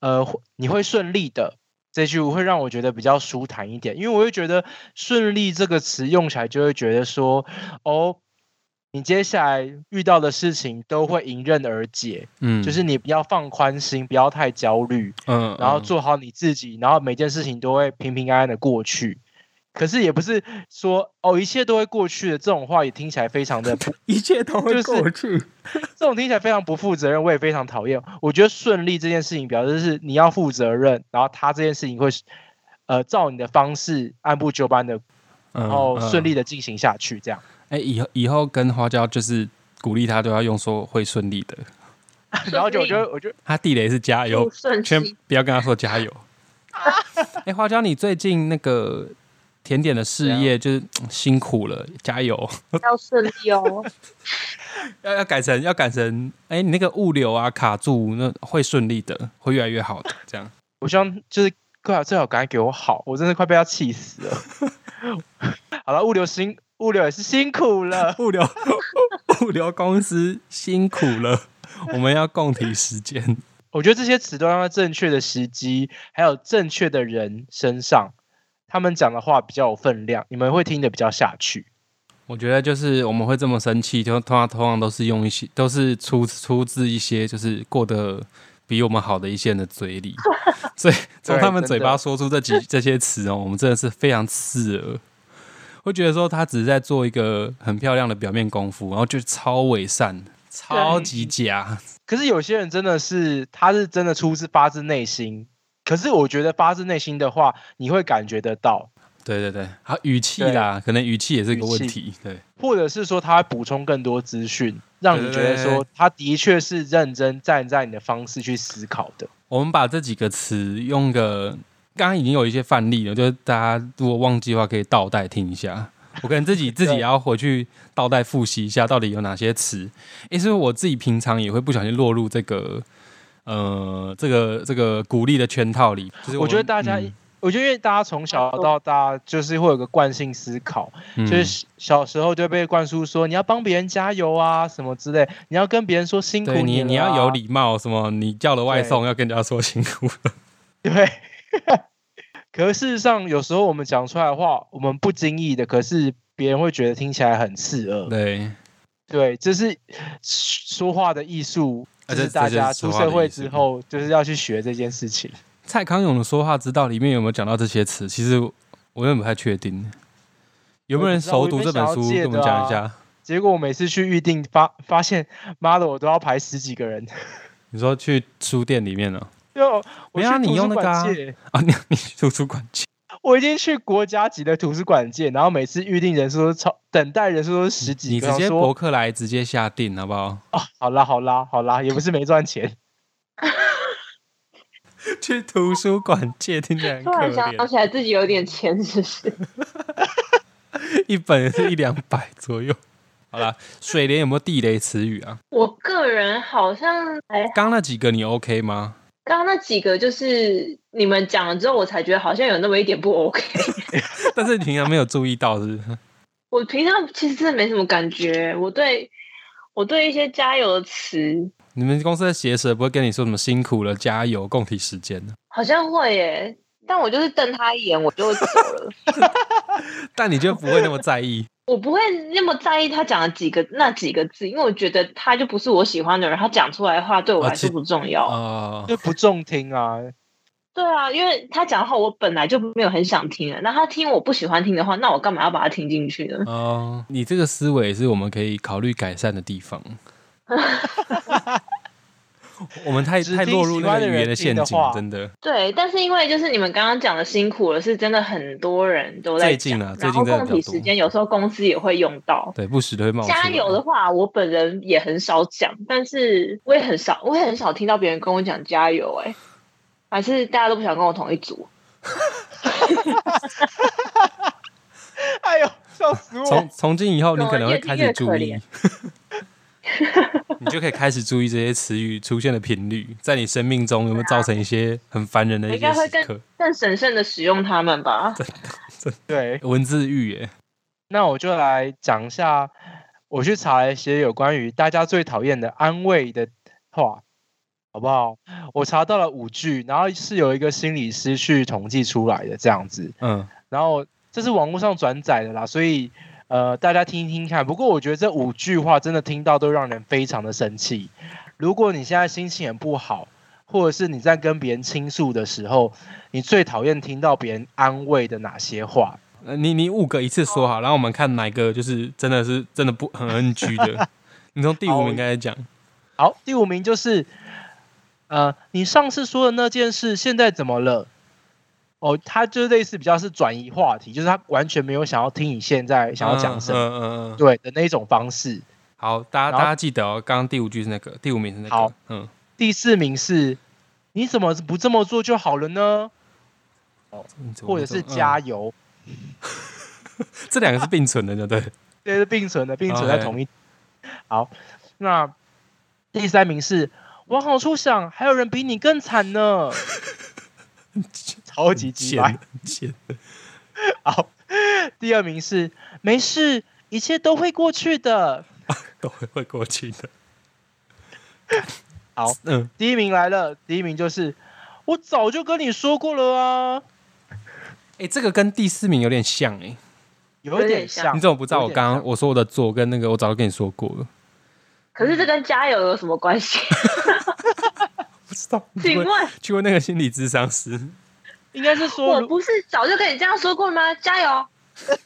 [SPEAKER 3] 呃，会你会顺利的这句会让我觉得比较舒坦一点，因为我会觉得顺利这个词用起来就会觉得说，哦，你接下来遇到的事情都会迎刃而解，
[SPEAKER 1] 嗯
[SPEAKER 3] 就是你不要放宽心，不要太焦虑，
[SPEAKER 1] 嗯
[SPEAKER 3] 然后做好你自己，然后每件事情都会平平安安的过去。可是也不是说哦一切都会过去的这种话，也听起来非常的不，
[SPEAKER 4] 一切都会
[SPEAKER 3] 就是
[SPEAKER 4] 过去。
[SPEAKER 3] 这种听起来非常不负责任，我也非常讨厌。我觉得顺利这件事情表示是你要负责任，然后他这件事情会呃照你的方式按部就班的，
[SPEAKER 1] 然
[SPEAKER 3] 然后哦顺利的进行下去，这样。
[SPEAKER 1] 嗯哎、以后以后跟花椒就是鼓励他都要用说会顺利的，
[SPEAKER 3] 然后就
[SPEAKER 2] 顺
[SPEAKER 3] 我
[SPEAKER 2] 利
[SPEAKER 3] 觉得我就
[SPEAKER 1] 他地雷是加油
[SPEAKER 2] 祝，顺
[SPEAKER 1] 先
[SPEAKER 2] 利。
[SPEAKER 1] 不要跟他说加 油。哎、花椒，你最近那个甜点的事业就是嗯辛苦了，加油！
[SPEAKER 2] 要顺利哦。
[SPEAKER 1] 要要改成要改成，哎、你那个物流啊卡住，那会顺利的，会越来越好的。这样，
[SPEAKER 3] 我希望就是最好最好赶快给我好，我真的快被他气死了。 好了，物流辛物流也是辛苦了，
[SPEAKER 1] 物流 物流公司辛苦了，我们要共体时间。
[SPEAKER 3] 我觉得这些词都让在正确的时机，还有正确的人身上，他们讲的话比较有分量，你们会听得比较下去。
[SPEAKER 1] 我觉得就是我们会这么生气，就通常通常都是用一些，都是出出自一些就是过得比我们好的一些人的嘴里，所以从他们嘴巴说出这几这些词哦，我们真的是非常刺耳。会觉得说他只是在做一个很漂亮的表面功夫，然后就超伪善、超级假，
[SPEAKER 3] 可是有些人真的是，他是真的出自发自内心。可是我觉得发自内心的话，你会感觉得到，
[SPEAKER 1] 对对对，还有语气啦，可能语气也是一个问
[SPEAKER 3] 语
[SPEAKER 1] 题，对。
[SPEAKER 3] 或者是说他会补充更多资讯，让你觉得
[SPEAKER 1] 对对
[SPEAKER 3] 说他的确是认真站在你的方式去思考的。
[SPEAKER 1] 我们把这几个词用个，刚刚已经有一些范例了，就是大家如果忘记的话，可以倒带听一下。我可能 自己自己也要回去倒带复习一下，到底有哪些词。诶，是不是我自己平常也会不小心落入这个呃这个这个鼓励的圈套里。就是
[SPEAKER 3] 我觉得大家，
[SPEAKER 1] 嗯
[SPEAKER 3] 我觉得因为大家从小到大就是会有个惯性思考，
[SPEAKER 1] 嗯
[SPEAKER 3] 就是小时候就被灌输说你要帮别人加油啊什么之类，你要跟别人说辛
[SPEAKER 1] 嗯
[SPEAKER 3] 苦
[SPEAKER 1] 对你
[SPEAKER 3] 你
[SPEAKER 1] 你
[SPEAKER 3] 了啊
[SPEAKER 1] 要有，礼貌，什么你叫了外送要跟人家说辛苦了。
[SPEAKER 3] 对。可是事实上，有时候我们讲出来的话，我们不经意的，可是别人会觉得听起来很刺耳。
[SPEAKER 1] 对，
[SPEAKER 3] 对，这是说话的艺术，
[SPEAKER 1] 啊
[SPEAKER 3] 这是
[SPEAKER 1] 这
[SPEAKER 3] 大
[SPEAKER 1] 这就是
[SPEAKER 3] 家
[SPEAKER 1] 说
[SPEAKER 3] 出
[SPEAKER 1] 话的
[SPEAKER 3] 社会
[SPEAKER 1] 艺术
[SPEAKER 3] 之后就是要去学这件事情。
[SPEAKER 1] 蔡康永的说话之道里面有没有讲到这些词？其实我我有点不太确定，有没有人熟读这本书？
[SPEAKER 3] 我也
[SPEAKER 1] 跟
[SPEAKER 3] 不知道我也没想
[SPEAKER 1] 我
[SPEAKER 3] 要借的啊
[SPEAKER 1] 们讲一下。
[SPEAKER 3] 结果我每次去预定发发现，妈的，我都要排十几个人。
[SPEAKER 1] 你说去书店里面了
[SPEAKER 3] 就我
[SPEAKER 1] 没有啊
[SPEAKER 3] 去
[SPEAKER 1] 你
[SPEAKER 3] 图
[SPEAKER 1] 用
[SPEAKER 3] 书
[SPEAKER 1] 那个
[SPEAKER 3] 馆
[SPEAKER 1] 啊
[SPEAKER 3] 借，
[SPEAKER 1] 啊？你 你去图书馆去？
[SPEAKER 3] 我已经去国家级的图书馆借，然后每次预定人数都超，等待人数都是十几
[SPEAKER 1] 你
[SPEAKER 3] 个。啊
[SPEAKER 1] 直接
[SPEAKER 3] 我想说
[SPEAKER 1] 博客来直接下定好不好？
[SPEAKER 3] 好啦好啦好啦，也不是没 赚钱。
[SPEAKER 1] 去图书馆借听起来很
[SPEAKER 2] 突
[SPEAKER 1] 可
[SPEAKER 2] 然想
[SPEAKER 1] 怜，
[SPEAKER 2] 起来自己有点钱，是不是？
[SPEAKER 1] 一本也是一两百左右。好啦，水莲有没有地雷词语啊？
[SPEAKER 2] 我个人好像还
[SPEAKER 1] 刚刚那几个你 OK 吗？
[SPEAKER 2] 刚刚那几个，就是你们讲了之后，我才觉得好像有那么一点不 OK。
[SPEAKER 1] 但是你平常没有注意到是不是？
[SPEAKER 2] 我平常其实真的没什么感觉，我对我对一些加油的词
[SPEAKER 1] 你们公司的鞋舌不会跟你说什么辛苦了、加油、共体时间的，
[SPEAKER 2] 好像会耶，但我就是瞪他一眼，我就走了。
[SPEAKER 1] 但你就不会那么在意。
[SPEAKER 2] 我不会那么在意他讲的几个那几个字，因为我觉得他就不是我喜欢的人，他讲出来的话对我
[SPEAKER 1] 哦
[SPEAKER 2] 来说
[SPEAKER 1] 其
[SPEAKER 2] 不重要。
[SPEAKER 1] 哦，
[SPEAKER 3] 就不中听啊，
[SPEAKER 2] 对啊，因为他讲的话我本来就没有很想听了，那他听我不喜欢听的话，那我干嘛要把它听进去呢？
[SPEAKER 1] 哦，你这个思维是我们可以考虑改善的地 方。我们太
[SPEAKER 3] 只
[SPEAKER 1] 太
[SPEAKER 3] 听
[SPEAKER 1] 落入
[SPEAKER 3] 喜
[SPEAKER 1] 那
[SPEAKER 3] 欢
[SPEAKER 1] 个
[SPEAKER 3] 的
[SPEAKER 1] 语言
[SPEAKER 3] 人
[SPEAKER 1] 的
[SPEAKER 3] 听
[SPEAKER 1] 陷
[SPEAKER 3] 的
[SPEAKER 1] 阱，
[SPEAKER 3] 话
[SPEAKER 1] 真的。
[SPEAKER 2] 对，但是因为就是你们刚刚讲的辛苦了，是真的很多人都在
[SPEAKER 1] 最近
[SPEAKER 2] 讲
[SPEAKER 1] 啊最
[SPEAKER 2] 然
[SPEAKER 1] 近
[SPEAKER 2] 后
[SPEAKER 1] 真的
[SPEAKER 2] 共
[SPEAKER 1] 比较
[SPEAKER 2] 体
[SPEAKER 1] 多
[SPEAKER 2] 时间有时候公司也会用到。
[SPEAKER 1] 对，不时的会冒出来。
[SPEAKER 2] 加油的话，我本人也很少讲，但是我也很少，我也很少听到别人跟我讲加油、欸，还是大家都不想跟我同一组。
[SPEAKER 3] 哎呦，笑死我
[SPEAKER 1] 从！从今以后，你
[SPEAKER 2] 懂
[SPEAKER 1] 可能会
[SPEAKER 2] 越听
[SPEAKER 1] 开
[SPEAKER 2] 越
[SPEAKER 1] 始
[SPEAKER 2] 可
[SPEAKER 1] 注意
[SPEAKER 2] 怜，
[SPEAKER 1] 你就可以开始注意这些词语出现的频率，在你生命中有没有造成一些很烦人的一
[SPEAKER 2] 应
[SPEAKER 1] 些
[SPEAKER 2] 该会
[SPEAKER 1] 时
[SPEAKER 2] 更
[SPEAKER 1] 刻。
[SPEAKER 2] 更审慎的使用它们吧。
[SPEAKER 3] 对，
[SPEAKER 1] 文字狱耶，
[SPEAKER 3] 那我就来讲一下，我去查了一些有关于大家最讨厌的安慰的话，好不好？我查到了五句，然后是有一个心理师去统计出来的这样子。
[SPEAKER 1] 嗯，
[SPEAKER 3] 然后这是网络上转载的啦，所以呃，大家听听看。不过我觉得这五句话真的听到都让人非常的生气。如果你现在心情很不好，或者是你在跟别人倾诉的时候，你最讨厌听到别人安慰的哪些话？
[SPEAKER 1] 呃你你五个一次说
[SPEAKER 2] 哦
[SPEAKER 1] 好，然后我们看哪个就是真的是真的不很 NG 的。你从第五名开始讲，
[SPEAKER 3] 好，第五名就是，呃，你上次说的那件事，现在怎么了？哦，他就是类似比较是转移话题，就是他完全没有想要听你现在想要讲什么，
[SPEAKER 1] 嗯嗯嗯嗯。
[SPEAKER 3] 对的那一种方式。
[SPEAKER 1] 好，大
[SPEAKER 3] 然
[SPEAKER 1] 家
[SPEAKER 3] 后
[SPEAKER 1] 大家记得哦，刚刚第五句是那个，第五名是那个。
[SPEAKER 3] 好，
[SPEAKER 1] 嗯，
[SPEAKER 3] 第四名是，你怎么不这么做就好了呢？
[SPEAKER 1] 你怎么
[SPEAKER 3] 或者是
[SPEAKER 1] 这么
[SPEAKER 3] 加
[SPEAKER 1] 嗯
[SPEAKER 3] 油，
[SPEAKER 1] 这两个是并存的， 对不对？
[SPEAKER 3] 这是并存的，并存在
[SPEAKER 1] OK
[SPEAKER 3] 同一。好，那第三名是往好处想，还有人比你更 惨呢，超级鸡掰
[SPEAKER 1] 贱。贱。
[SPEAKER 3] 好，第二名是没事，一切都会过去的。
[SPEAKER 1] 都会会过去的。
[SPEAKER 3] 好，
[SPEAKER 1] 嗯，
[SPEAKER 3] 第一名来了，第一名就是我早就跟你说过了啊，
[SPEAKER 1] 哎、这个跟第四名有点像哎、
[SPEAKER 3] 有
[SPEAKER 2] 有
[SPEAKER 3] 一点
[SPEAKER 2] 点像
[SPEAKER 3] 像。
[SPEAKER 1] 你怎么不知道我
[SPEAKER 3] 啊有点像
[SPEAKER 1] 刚刚我说我的做跟那个我早就跟你说过了？
[SPEAKER 2] 可是这跟加油有什么 关系？
[SPEAKER 1] 不知道，
[SPEAKER 2] 请问
[SPEAKER 1] 去问那个心理咨商师，
[SPEAKER 3] 应该是说
[SPEAKER 2] 我
[SPEAKER 3] 如，
[SPEAKER 2] 不是早就跟你这样说过吗？加油，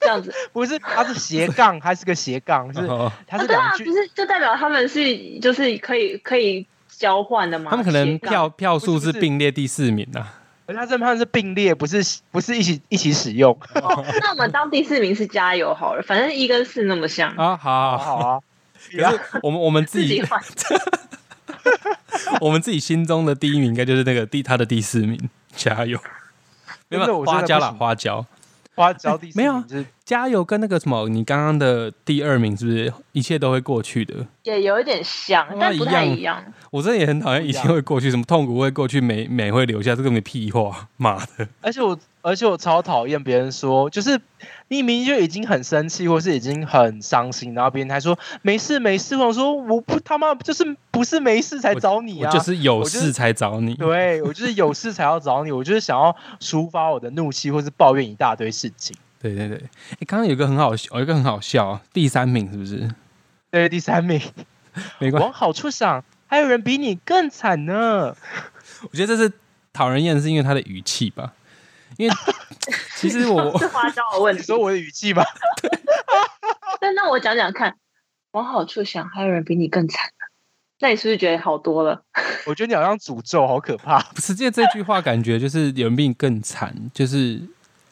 [SPEAKER 2] 这样子。
[SPEAKER 3] 不是，它是斜 杠，它是个斜杠，是
[SPEAKER 1] 哦
[SPEAKER 3] 它
[SPEAKER 2] 啊
[SPEAKER 3] 是
[SPEAKER 2] 对
[SPEAKER 3] 两
[SPEAKER 2] 啊，
[SPEAKER 3] 句
[SPEAKER 2] 不，是就代表他们是就是可以可以交换的吗？
[SPEAKER 1] 他们可能
[SPEAKER 2] 斜杠
[SPEAKER 1] 票票
[SPEAKER 3] 不
[SPEAKER 1] 数
[SPEAKER 3] 啊是
[SPEAKER 1] 是
[SPEAKER 3] 不是
[SPEAKER 1] 并列第四名啊。
[SPEAKER 3] 而它这边是并列，不是不是一起一起使 用。
[SPEAKER 2] 哦，那我们当第四名是加油好了，反正一跟四那么像，
[SPEAKER 1] 啊，好好
[SPEAKER 3] 好
[SPEAKER 1] 好，
[SPEAKER 3] 好 啊，
[SPEAKER 1] 可是我们我们自
[SPEAKER 2] 自己
[SPEAKER 1] 己
[SPEAKER 2] 换。
[SPEAKER 1] 我们自己心中的第一名应该就是那个第他的第四名，加油！没
[SPEAKER 3] 真的
[SPEAKER 1] 有
[SPEAKER 3] 我真
[SPEAKER 1] 花
[SPEAKER 3] 的
[SPEAKER 1] 椒
[SPEAKER 3] 不
[SPEAKER 1] 啦，
[SPEAKER 3] 行
[SPEAKER 1] 花椒，
[SPEAKER 3] 花椒第四
[SPEAKER 1] 没有啊
[SPEAKER 3] 名就是
[SPEAKER 1] 加油！跟那个什么，你刚刚的第二名是不是一切都会过去的？
[SPEAKER 2] 也有一点像
[SPEAKER 1] 哇，
[SPEAKER 2] 但不太
[SPEAKER 1] 一
[SPEAKER 2] 一样。
[SPEAKER 1] 我真的也很讨厌，
[SPEAKER 3] 不
[SPEAKER 1] 一
[SPEAKER 3] 一样
[SPEAKER 1] 定会过去，什么痛苦会过去，美美会留下，这根本屁话，妈的！
[SPEAKER 3] 而且我，而且我超讨厌别人说，就是你明明就已经很生气，或是已经很伤心，然后别人还说没事没事，我想说我不他妈就是不是没事才找你
[SPEAKER 1] 我
[SPEAKER 3] 啊，
[SPEAKER 1] 就是有
[SPEAKER 3] 我就是
[SPEAKER 1] 事才找你。
[SPEAKER 3] 对我就是有事才要找你，我就是想要抒发我的怒气，或是抱怨一大堆事情。
[SPEAKER 1] 对对对，哎，刚刚有一个很好笑，有一个很好笑啊，第三名是不是？
[SPEAKER 3] 对，第三 名，
[SPEAKER 1] 没关系，
[SPEAKER 3] 往好处想，还有人比你更惨呢。
[SPEAKER 1] 我觉得这是讨人厌，是因为他的语气吧。因为 其实我
[SPEAKER 2] 是花椒的问
[SPEAKER 3] 你
[SPEAKER 2] 题
[SPEAKER 3] 说。我的语气吧，
[SPEAKER 2] 但那我讲讲看，往好处想，还有人比你更惨。啊那你是不是觉得好多了？
[SPEAKER 3] 我觉得你好像诅咒，好可怕。
[SPEAKER 1] 不是，因为这句话感觉就是有人比你更惨，就是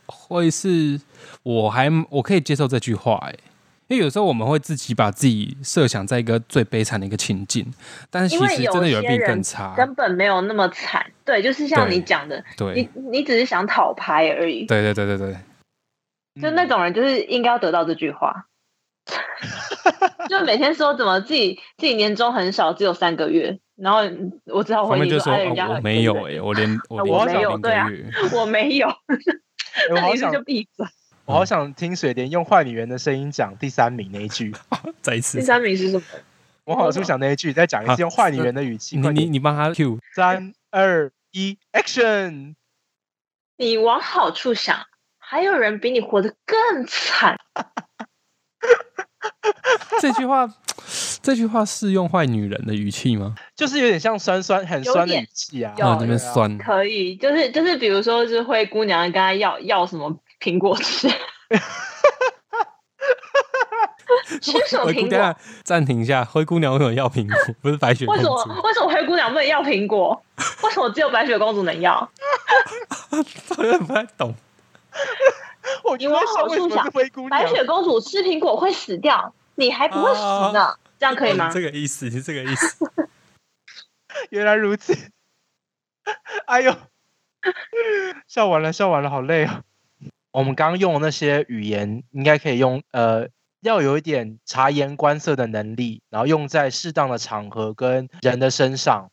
[SPEAKER 1] 会是我还我可以接受这句话哎、因为有时候我们会自己把自己设想在一个最悲惨的一个情境，但是其实真的有人比你更差，
[SPEAKER 2] 根本没有那么惨。对，就是像你讲的，你
[SPEAKER 1] 啊对
[SPEAKER 2] 你只是想讨拍而已。
[SPEAKER 1] 对对对对对，
[SPEAKER 2] 就那
[SPEAKER 3] 嗯
[SPEAKER 2] 种人，就是应该要得到这句话。 就每天说怎么自己自己年终很少，只有三个月，然后我知道我
[SPEAKER 1] 旁边
[SPEAKER 2] 已经
[SPEAKER 1] 就说、
[SPEAKER 2] 说哎人
[SPEAKER 1] 哦
[SPEAKER 2] 家、很
[SPEAKER 1] 我没有
[SPEAKER 2] 可
[SPEAKER 1] 哎、
[SPEAKER 2] 怜
[SPEAKER 1] 我连我
[SPEAKER 2] 啊
[SPEAKER 1] 连
[SPEAKER 2] 我
[SPEAKER 1] 到
[SPEAKER 2] 没有
[SPEAKER 1] 零个
[SPEAKER 2] 对啊
[SPEAKER 1] 月，
[SPEAKER 2] 我没有，
[SPEAKER 3] 嗯我
[SPEAKER 2] 那
[SPEAKER 3] 好
[SPEAKER 2] 你是不
[SPEAKER 3] 想
[SPEAKER 2] 是就闭嘴。
[SPEAKER 3] 我好想听水莲用坏女人的声音讲第三名那一句。
[SPEAKER 1] 再一
[SPEAKER 2] 第
[SPEAKER 1] 次，
[SPEAKER 2] 三名是什么？
[SPEAKER 3] 我好处想那一句，再讲一
[SPEAKER 1] 好
[SPEAKER 3] 次，用坏女人的语气。
[SPEAKER 1] 你
[SPEAKER 3] 快
[SPEAKER 1] 你
[SPEAKER 3] 点，
[SPEAKER 1] 你帮他 Q，
[SPEAKER 3] 三二一，Action！
[SPEAKER 2] 你往好处想，还有人比你活得更惨。
[SPEAKER 1] 这句话 这句话是用坏女人的语气吗？
[SPEAKER 3] 就是有点像酸酸，很
[SPEAKER 2] 有
[SPEAKER 3] 酸的
[SPEAKER 2] 点
[SPEAKER 3] 语气啊。
[SPEAKER 2] 有
[SPEAKER 1] 啊，那边
[SPEAKER 3] 对啊
[SPEAKER 1] 酸，
[SPEAKER 2] 可以，
[SPEAKER 1] 嗯
[SPEAKER 2] 就是就是，比如说，就是灰姑娘跟她要要什么苹果 吃， 吃什么
[SPEAKER 1] 灰姑
[SPEAKER 2] 苹果
[SPEAKER 1] 娘？暂停一下，灰姑娘为什么要苹果？ 不是白雪公
[SPEAKER 2] 为什
[SPEAKER 1] 主？
[SPEAKER 2] 么为什么灰姑娘不能要苹果？为什么只有白雪公主能要？
[SPEAKER 1] 我有点不太懂。
[SPEAKER 3] 我
[SPEAKER 2] 你
[SPEAKER 3] 就在
[SPEAKER 2] 往
[SPEAKER 3] 想
[SPEAKER 2] 好
[SPEAKER 3] 为什
[SPEAKER 2] 处
[SPEAKER 3] 么
[SPEAKER 2] 想
[SPEAKER 3] 是灰姑
[SPEAKER 2] 白
[SPEAKER 3] 娘。
[SPEAKER 2] 雪公主吃苹果会死掉，你还不会死呢？这样可以吗
[SPEAKER 1] 哦？这个意思，是这个意思。
[SPEAKER 3] 原来如此。 哎呦，笑完了，笑完了，好累哦。我们刚刚用的那些语言，应该可以用呃，要有一点察言观色的能力，然后用在适当的场合跟人的身上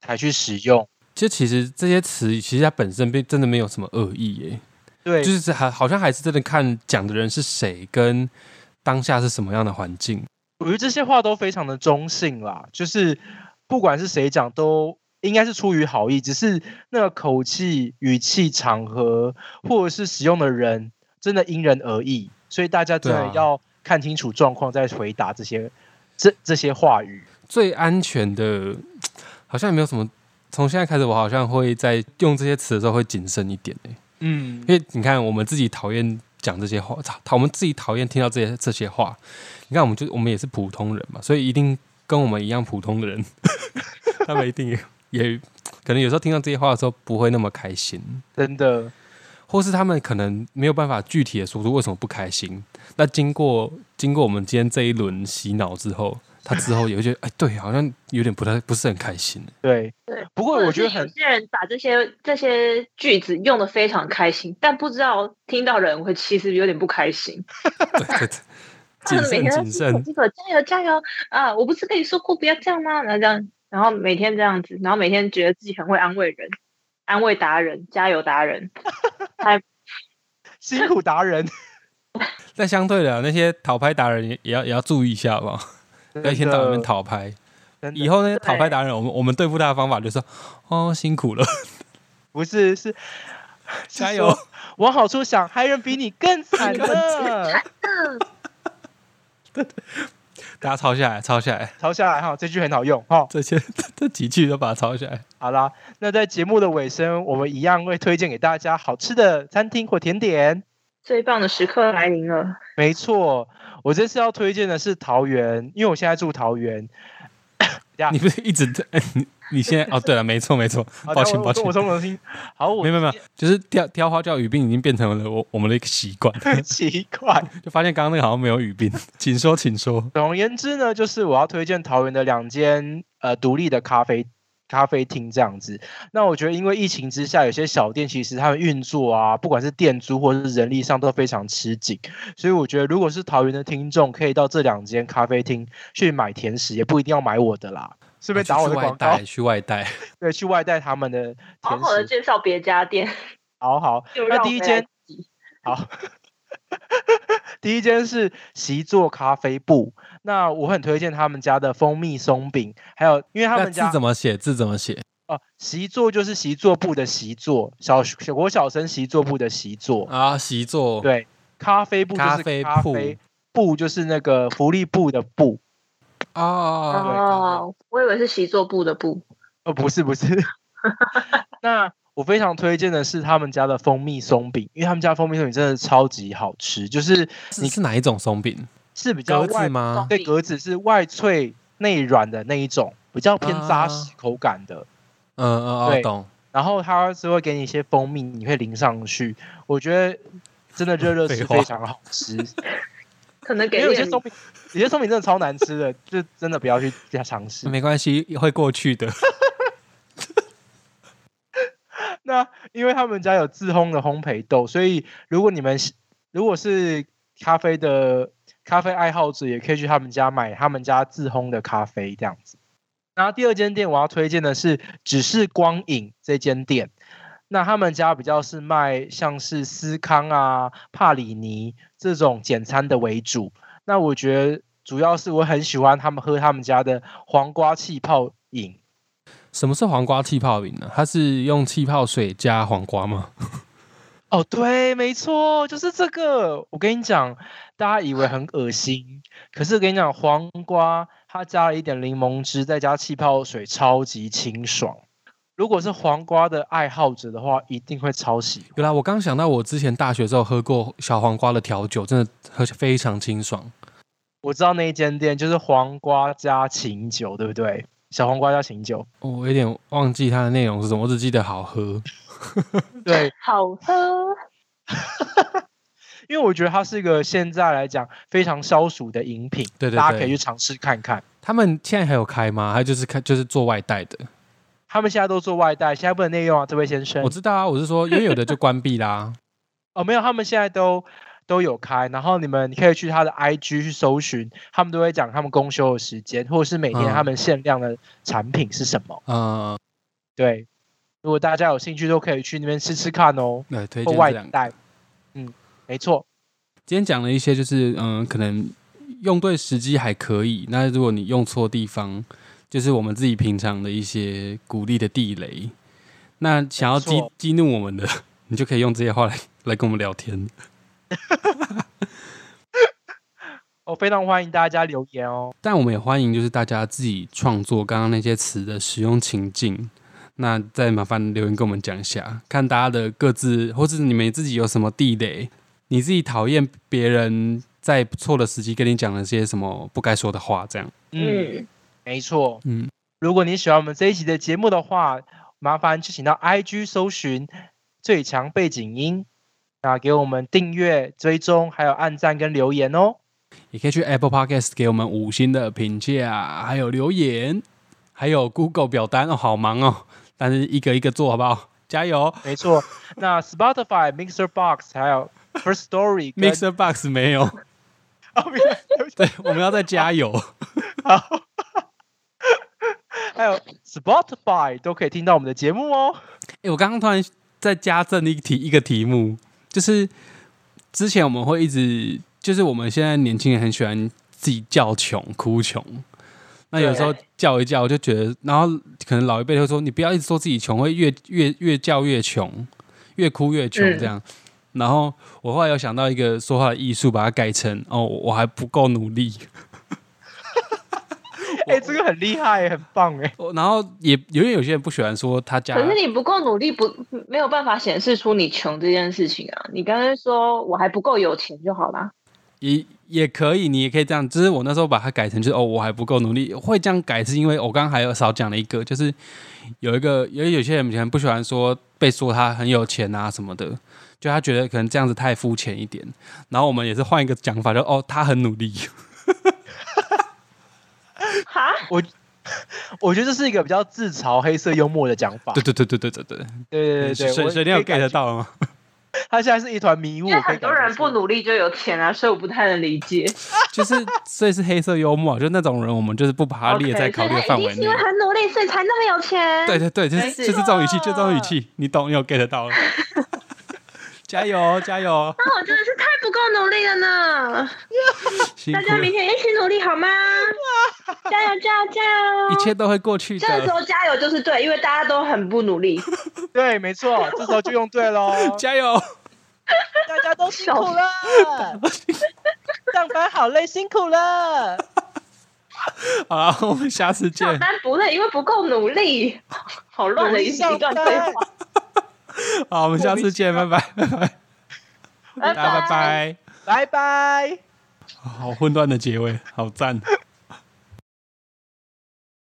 [SPEAKER 3] 才去使用。
[SPEAKER 1] 就其实这些词，其实它本身并真的没有什么恶意耶，
[SPEAKER 3] 对，
[SPEAKER 1] 就是还好像还是真的看讲的人是谁，跟当下是什么样的环境。
[SPEAKER 3] 我觉得这些话都非常的中性啦，就是不管是谁讲，都应该是出于好意，只是那个口气、语气、场合，或者是使用的人，真的因人而异，所以大家真
[SPEAKER 1] 对
[SPEAKER 3] 的
[SPEAKER 1] 啊
[SPEAKER 3] 要看清楚状况再回答这些这这些话语。
[SPEAKER 1] 最安全的，好像也没有什么。从现在开始，我好像会在用这些词的时候会谨慎一点耶
[SPEAKER 3] 嗯
[SPEAKER 1] 因为你看我们自己讨厌。讲这些话，讨讨我们自己讨厌听到这些这些话。你看，我们就我们也是普通人嘛，所以一定跟我们一样普通的人， 他们一定也也可能有时候听到这些话的时候不会那么开心。
[SPEAKER 3] 真的，
[SPEAKER 1] 或是他们可能没有办法具体的说出为什么不开心。那经过经过我们今天这一轮洗脑之后，他之后也会觉得，哎，对，好像有点不太不是很开心。
[SPEAKER 3] 对。
[SPEAKER 2] 对，
[SPEAKER 3] 不过
[SPEAKER 2] 或者
[SPEAKER 3] 我觉得
[SPEAKER 2] 是有
[SPEAKER 3] 很
[SPEAKER 2] 些人把这些这些句子用的非常开心，但不知道听到人会其实有点不开心。
[SPEAKER 1] 对对对，
[SPEAKER 2] 他
[SPEAKER 1] 谨
[SPEAKER 2] 们
[SPEAKER 1] 慎
[SPEAKER 2] 每天都
[SPEAKER 1] 谨
[SPEAKER 2] 辛苦
[SPEAKER 1] 慎，
[SPEAKER 2] 辛苦，加油加油啊！我不是跟你说过不要这样吗？然后这样，然后每天这样子，然后每天觉得自己很会安慰人，安慰达人，加油达人。
[SPEAKER 3] 辛苦达人，
[SPEAKER 1] 但相对的啊、那些讨拍达人也也要也要注意一下吧，不要一天到晚 在那边讨拍。
[SPEAKER 3] 真的
[SPEAKER 1] 以后那些
[SPEAKER 2] 对
[SPEAKER 1] 讨拍达人，我们我们对付他的方法就是，哦，辛苦了，
[SPEAKER 3] 不是是是
[SPEAKER 1] 加油
[SPEAKER 3] 说。往好处想，还有人比你更惨 的。
[SPEAKER 1] 大家抄下来，抄下来，
[SPEAKER 3] 抄下来哈，这句很好用哈。
[SPEAKER 1] 这些这几句都把它抄下来。
[SPEAKER 3] 好啦，那在节目的尾声，我们一样会推荐给大家好吃的餐厅或甜点。
[SPEAKER 2] 最棒的时刻来临了，
[SPEAKER 3] 没错，我这次要推荐的是桃园，因为我现在住桃园。呀
[SPEAKER 1] 你不是一直在、 你你现在哦，对了，没错没错，
[SPEAKER 3] 好
[SPEAKER 1] 抱歉
[SPEAKER 3] 啊我
[SPEAKER 1] 抱歉
[SPEAKER 3] 我，从我心，好，我
[SPEAKER 1] 没有没有没有，就是挑挑花叫语病已经变成了我我们的一个习惯，
[SPEAKER 3] 奇怪。
[SPEAKER 1] 就发现刚刚那个好像没有语病，请说请说。
[SPEAKER 3] 总而言之呢，就是我要推荐桃园的两间呃独立的咖啡咖啡厅这样子。那我觉得，因为疫情之下，有些小店其实他们运作啊，不管是店租或者是人力上都非常吃紧，所以我觉得如果是桃园的听众，可以到这两间咖啡厅去买甜食，也不一定要买我的啦，顺便打我
[SPEAKER 1] 啊去
[SPEAKER 3] 的
[SPEAKER 1] 外
[SPEAKER 3] 广告
[SPEAKER 1] 带，，去外带，
[SPEAKER 3] 对，去外带他们的
[SPEAKER 2] 好
[SPEAKER 3] 甜
[SPEAKER 2] 好的
[SPEAKER 3] 食，
[SPEAKER 2] 介绍别家店。
[SPEAKER 3] 好好。
[SPEAKER 2] 就
[SPEAKER 3] 那
[SPEAKER 2] 让
[SPEAKER 3] 第一
[SPEAKER 2] 回来
[SPEAKER 3] 间
[SPEAKER 2] 自己
[SPEAKER 3] 好，第一间是习作咖啡部，那我很推荐他们家的蜂蜜松饼，还有因为他
[SPEAKER 1] 那
[SPEAKER 3] 们
[SPEAKER 1] 字
[SPEAKER 3] 家
[SPEAKER 1] 怎么写？字怎么写？
[SPEAKER 3] 哦，习作就是习作部的习作，小小国小生习作部的习作，
[SPEAKER 1] 啊，习作，
[SPEAKER 3] 对，咖啡部就
[SPEAKER 1] 咖
[SPEAKER 3] 是
[SPEAKER 1] 啡
[SPEAKER 3] 咖
[SPEAKER 1] 铺
[SPEAKER 3] 啡部就是那个福利部的部，
[SPEAKER 1] 哦，
[SPEAKER 2] 哦，我以为是习作部的部，
[SPEAKER 3] 呃，不是不是，那。我非常推荐的是他们家的蜂蜜松饼，因为他们家蜂蜜松饼真的超级好吃，就是
[SPEAKER 1] 是是哪一种松饼？
[SPEAKER 3] 是比较
[SPEAKER 1] 格
[SPEAKER 3] 外
[SPEAKER 1] 子吗？
[SPEAKER 3] 对，格子是外脆内软的那一种，比较偏扎实
[SPEAKER 1] 啊
[SPEAKER 3] 口感的。
[SPEAKER 1] 嗯嗯嗯，
[SPEAKER 3] 对
[SPEAKER 1] 懂。
[SPEAKER 3] 然后它是会给你一些蜂蜜，你会淋上去。我觉得真的热热
[SPEAKER 1] 废
[SPEAKER 3] 是
[SPEAKER 1] 话
[SPEAKER 3] 非常好吃，因
[SPEAKER 2] 可能给
[SPEAKER 3] 为有些
[SPEAKER 2] 点
[SPEAKER 3] 松饼，有些松饼真的超难吃的，就真的不要去尝试。
[SPEAKER 1] 啊没关系，会过去的。
[SPEAKER 3] 那因为他们家有自烘的烘焙豆，所以如果你们是如果是咖啡的咖啡爱好者，也可以去他们家买他们家自烘的咖啡这样子。然后第二间店我要推荐的是只是光影这间店，那他们家比较是卖像是司康啊、帕里尼这种简餐的为主。那我觉得主要是我很喜欢他们喝他们家的黄瓜气泡饮，
[SPEAKER 1] 什么是黄瓜气泡饮呢？它是用气泡水加黄瓜吗？
[SPEAKER 3] 哦，对，没错，就是这个。我跟你讲，大家以为很恶心，可是我跟你讲，黄瓜它加了一点柠檬汁，再加气泡水，超级清爽。如果是黄瓜的爱好者的话，一定会超喜欢。
[SPEAKER 1] 有啦，我刚想到我之前大学的时候喝过小黄瓜的调酒，真的喝起来非常清爽。
[SPEAKER 3] 我知道那一间店就是黄瓜加琴酒，对不对？小黄瓜加琴酒，
[SPEAKER 1] 我有点忘记它的内容是什么，我只记得好喝。嗯
[SPEAKER 3] 对，
[SPEAKER 2] 好喝。
[SPEAKER 3] 因为我觉得它是一个现在来讲非常消暑的饮品，
[SPEAKER 1] 对对
[SPEAKER 3] 大家可
[SPEAKER 1] 对
[SPEAKER 3] 以去尝试看看。
[SPEAKER 1] 他们现在还有开吗？还就是开就是做外带的？
[SPEAKER 3] 他们现在都做外带，现在不能内用啊，这位先生
[SPEAKER 1] 我。知道啊，我是说，因为有的就关闭啦。
[SPEAKER 3] 哦，没有，他们现在都都有开，然后你们可以去他的 IG 去搜寻，他们都会讲他们公休的时间，或者是每天
[SPEAKER 1] 嗯
[SPEAKER 3] 他们限量的产品是什么。
[SPEAKER 1] 嗯，
[SPEAKER 3] 对，如果大家有兴趣，都可以去那边吃吃看哦，
[SPEAKER 1] 对，推
[SPEAKER 3] 或
[SPEAKER 1] 荐
[SPEAKER 3] 外
[SPEAKER 1] 这两个。
[SPEAKER 3] 带。嗯，没错，
[SPEAKER 1] 今天讲了一些，就是嗯，可能用对时机还可以。那如果你用错地方，就是我们自己平常的一些鼓励的地雷。那想要
[SPEAKER 3] 没
[SPEAKER 1] 激
[SPEAKER 3] 错
[SPEAKER 1] 激怒我们的， 你就可以用这些话来 来跟我们聊天。
[SPEAKER 3] 我、哦非常欢迎大家留言哦。
[SPEAKER 1] 但我们也欢迎就是大家自己创作刚刚那些词的使用情境。那再麻烦留言跟我们讲一下，看大家的各自，或是你们自己有什么地雷，你自己讨厌别人在不错的时机跟你讲了些什么不该说的话，这样。
[SPEAKER 3] 嗯，
[SPEAKER 2] 嗯，
[SPEAKER 3] 没错。
[SPEAKER 1] 嗯，
[SPEAKER 3] 如果你喜欢我们这一集的节目的话，麻烦就请到 IG 搜寻“最强背景音”，那给我们订阅、追踪，还有按赞跟留言哦。
[SPEAKER 1] 也可以去 Apple Podcast 给我们五星的评价，还有留言，还有 Google 表单哦，好忙哦，但是一个一个做好不好？加油
[SPEAKER 3] 没错，那 Spotify、Mixer Box 还有 First Story 跟
[SPEAKER 1] ！Mixer Box 没有，
[SPEAKER 3] 哦没有对不起
[SPEAKER 1] 对，我们要再加油。
[SPEAKER 3] 好还有 Spotify 都可以听到我们的节目哦。
[SPEAKER 1] 哎、我刚刚突然再加赠一题一个题目，就是之前我们会一直，就是我们现在年轻人很喜欢自己叫穷、哭穷。那有时候
[SPEAKER 2] 对
[SPEAKER 1] 叫一叫，我就觉得，然后可能老一辈会说，你不要一直说自己穷，会越越越叫越穷，越哭越穷
[SPEAKER 2] 嗯
[SPEAKER 1] 这样。然后我后来有想到一个说话的艺术，把它改成哦，我还不够努力。
[SPEAKER 3] 哎、这个很厉害，很棒哎。
[SPEAKER 1] 我然后也因为有些人不喜欢说他家
[SPEAKER 2] 可是你不够努力，不没有办法显示出你穷这件事情啊。你刚刚说我还不够有钱就好啦。
[SPEAKER 1] 也也可以，你也可以这样。只是我那时候把它改成就是哦，我还不够努力。会这样改是因为我刚刚还有少讲了一个，就是有一个有有些人可能不喜欢说被说他很有钱啊什么的，就他觉得可能这样子太肤浅一点。然后我们也是换一个讲法，就哦他很努力，
[SPEAKER 2] 哈，
[SPEAKER 3] 我觉得这是一个比较自嘲、黑色幽默的讲法。
[SPEAKER 1] 对对对对对对对
[SPEAKER 3] 对对对对，
[SPEAKER 1] 水
[SPEAKER 3] 我
[SPEAKER 1] 水电有
[SPEAKER 3] 可以感
[SPEAKER 1] get 到了吗？
[SPEAKER 3] 他现在是一团迷
[SPEAKER 2] 因
[SPEAKER 3] 雾，
[SPEAKER 2] 为
[SPEAKER 3] 我可以
[SPEAKER 2] 很多
[SPEAKER 3] 感觉
[SPEAKER 2] 人
[SPEAKER 3] 出
[SPEAKER 2] 不努力就有钱啊，所以我不太能理解。
[SPEAKER 1] 就是所以是黑色幽默，就那种人我们就是不把他列在
[SPEAKER 2] OK，
[SPEAKER 1] 考
[SPEAKER 2] 所以
[SPEAKER 1] 虑
[SPEAKER 2] 他
[SPEAKER 1] 的范围
[SPEAKER 2] 一定是
[SPEAKER 1] 内
[SPEAKER 2] 因。为很努力，所以才那么有钱。
[SPEAKER 1] 对对对，就是
[SPEAKER 2] 没事
[SPEAKER 1] 就是这种语气，就这种语气，你懂，你有 get 到了。加油加油！
[SPEAKER 2] 那我真的是太不够努力了呢。
[SPEAKER 1] 辛苦
[SPEAKER 2] 大家
[SPEAKER 1] 了
[SPEAKER 2] 明天一起努力好 吗？加油加油加油！
[SPEAKER 1] 一切都会过去
[SPEAKER 2] 这个时
[SPEAKER 1] 的，
[SPEAKER 2] 候哦加油就是对，因为大家都很不努力。
[SPEAKER 3] 对，没错，这时候就用对 喽。
[SPEAKER 1] 加油！
[SPEAKER 3] 大家都辛 苦了，上班好累，辛苦了。
[SPEAKER 1] 好了，我们下次
[SPEAKER 2] 上
[SPEAKER 1] 见，
[SPEAKER 2] 班不累，因为不够努力。好乱的一
[SPEAKER 3] 努力
[SPEAKER 2] 一
[SPEAKER 3] 上
[SPEAKER 2] 段
[SPEAKER 3] 班
[SPEAKER 2] 对话。
[SPEAKER 1] 好，我们下次见，拜拜，拜拜，大
[SPEAKER 2] 拜
[SPEAKER 1] 家拜拜，
[SPEAKER 3] 拜拜。
[SPEAKER 1] 好混乱的结尾，好赞。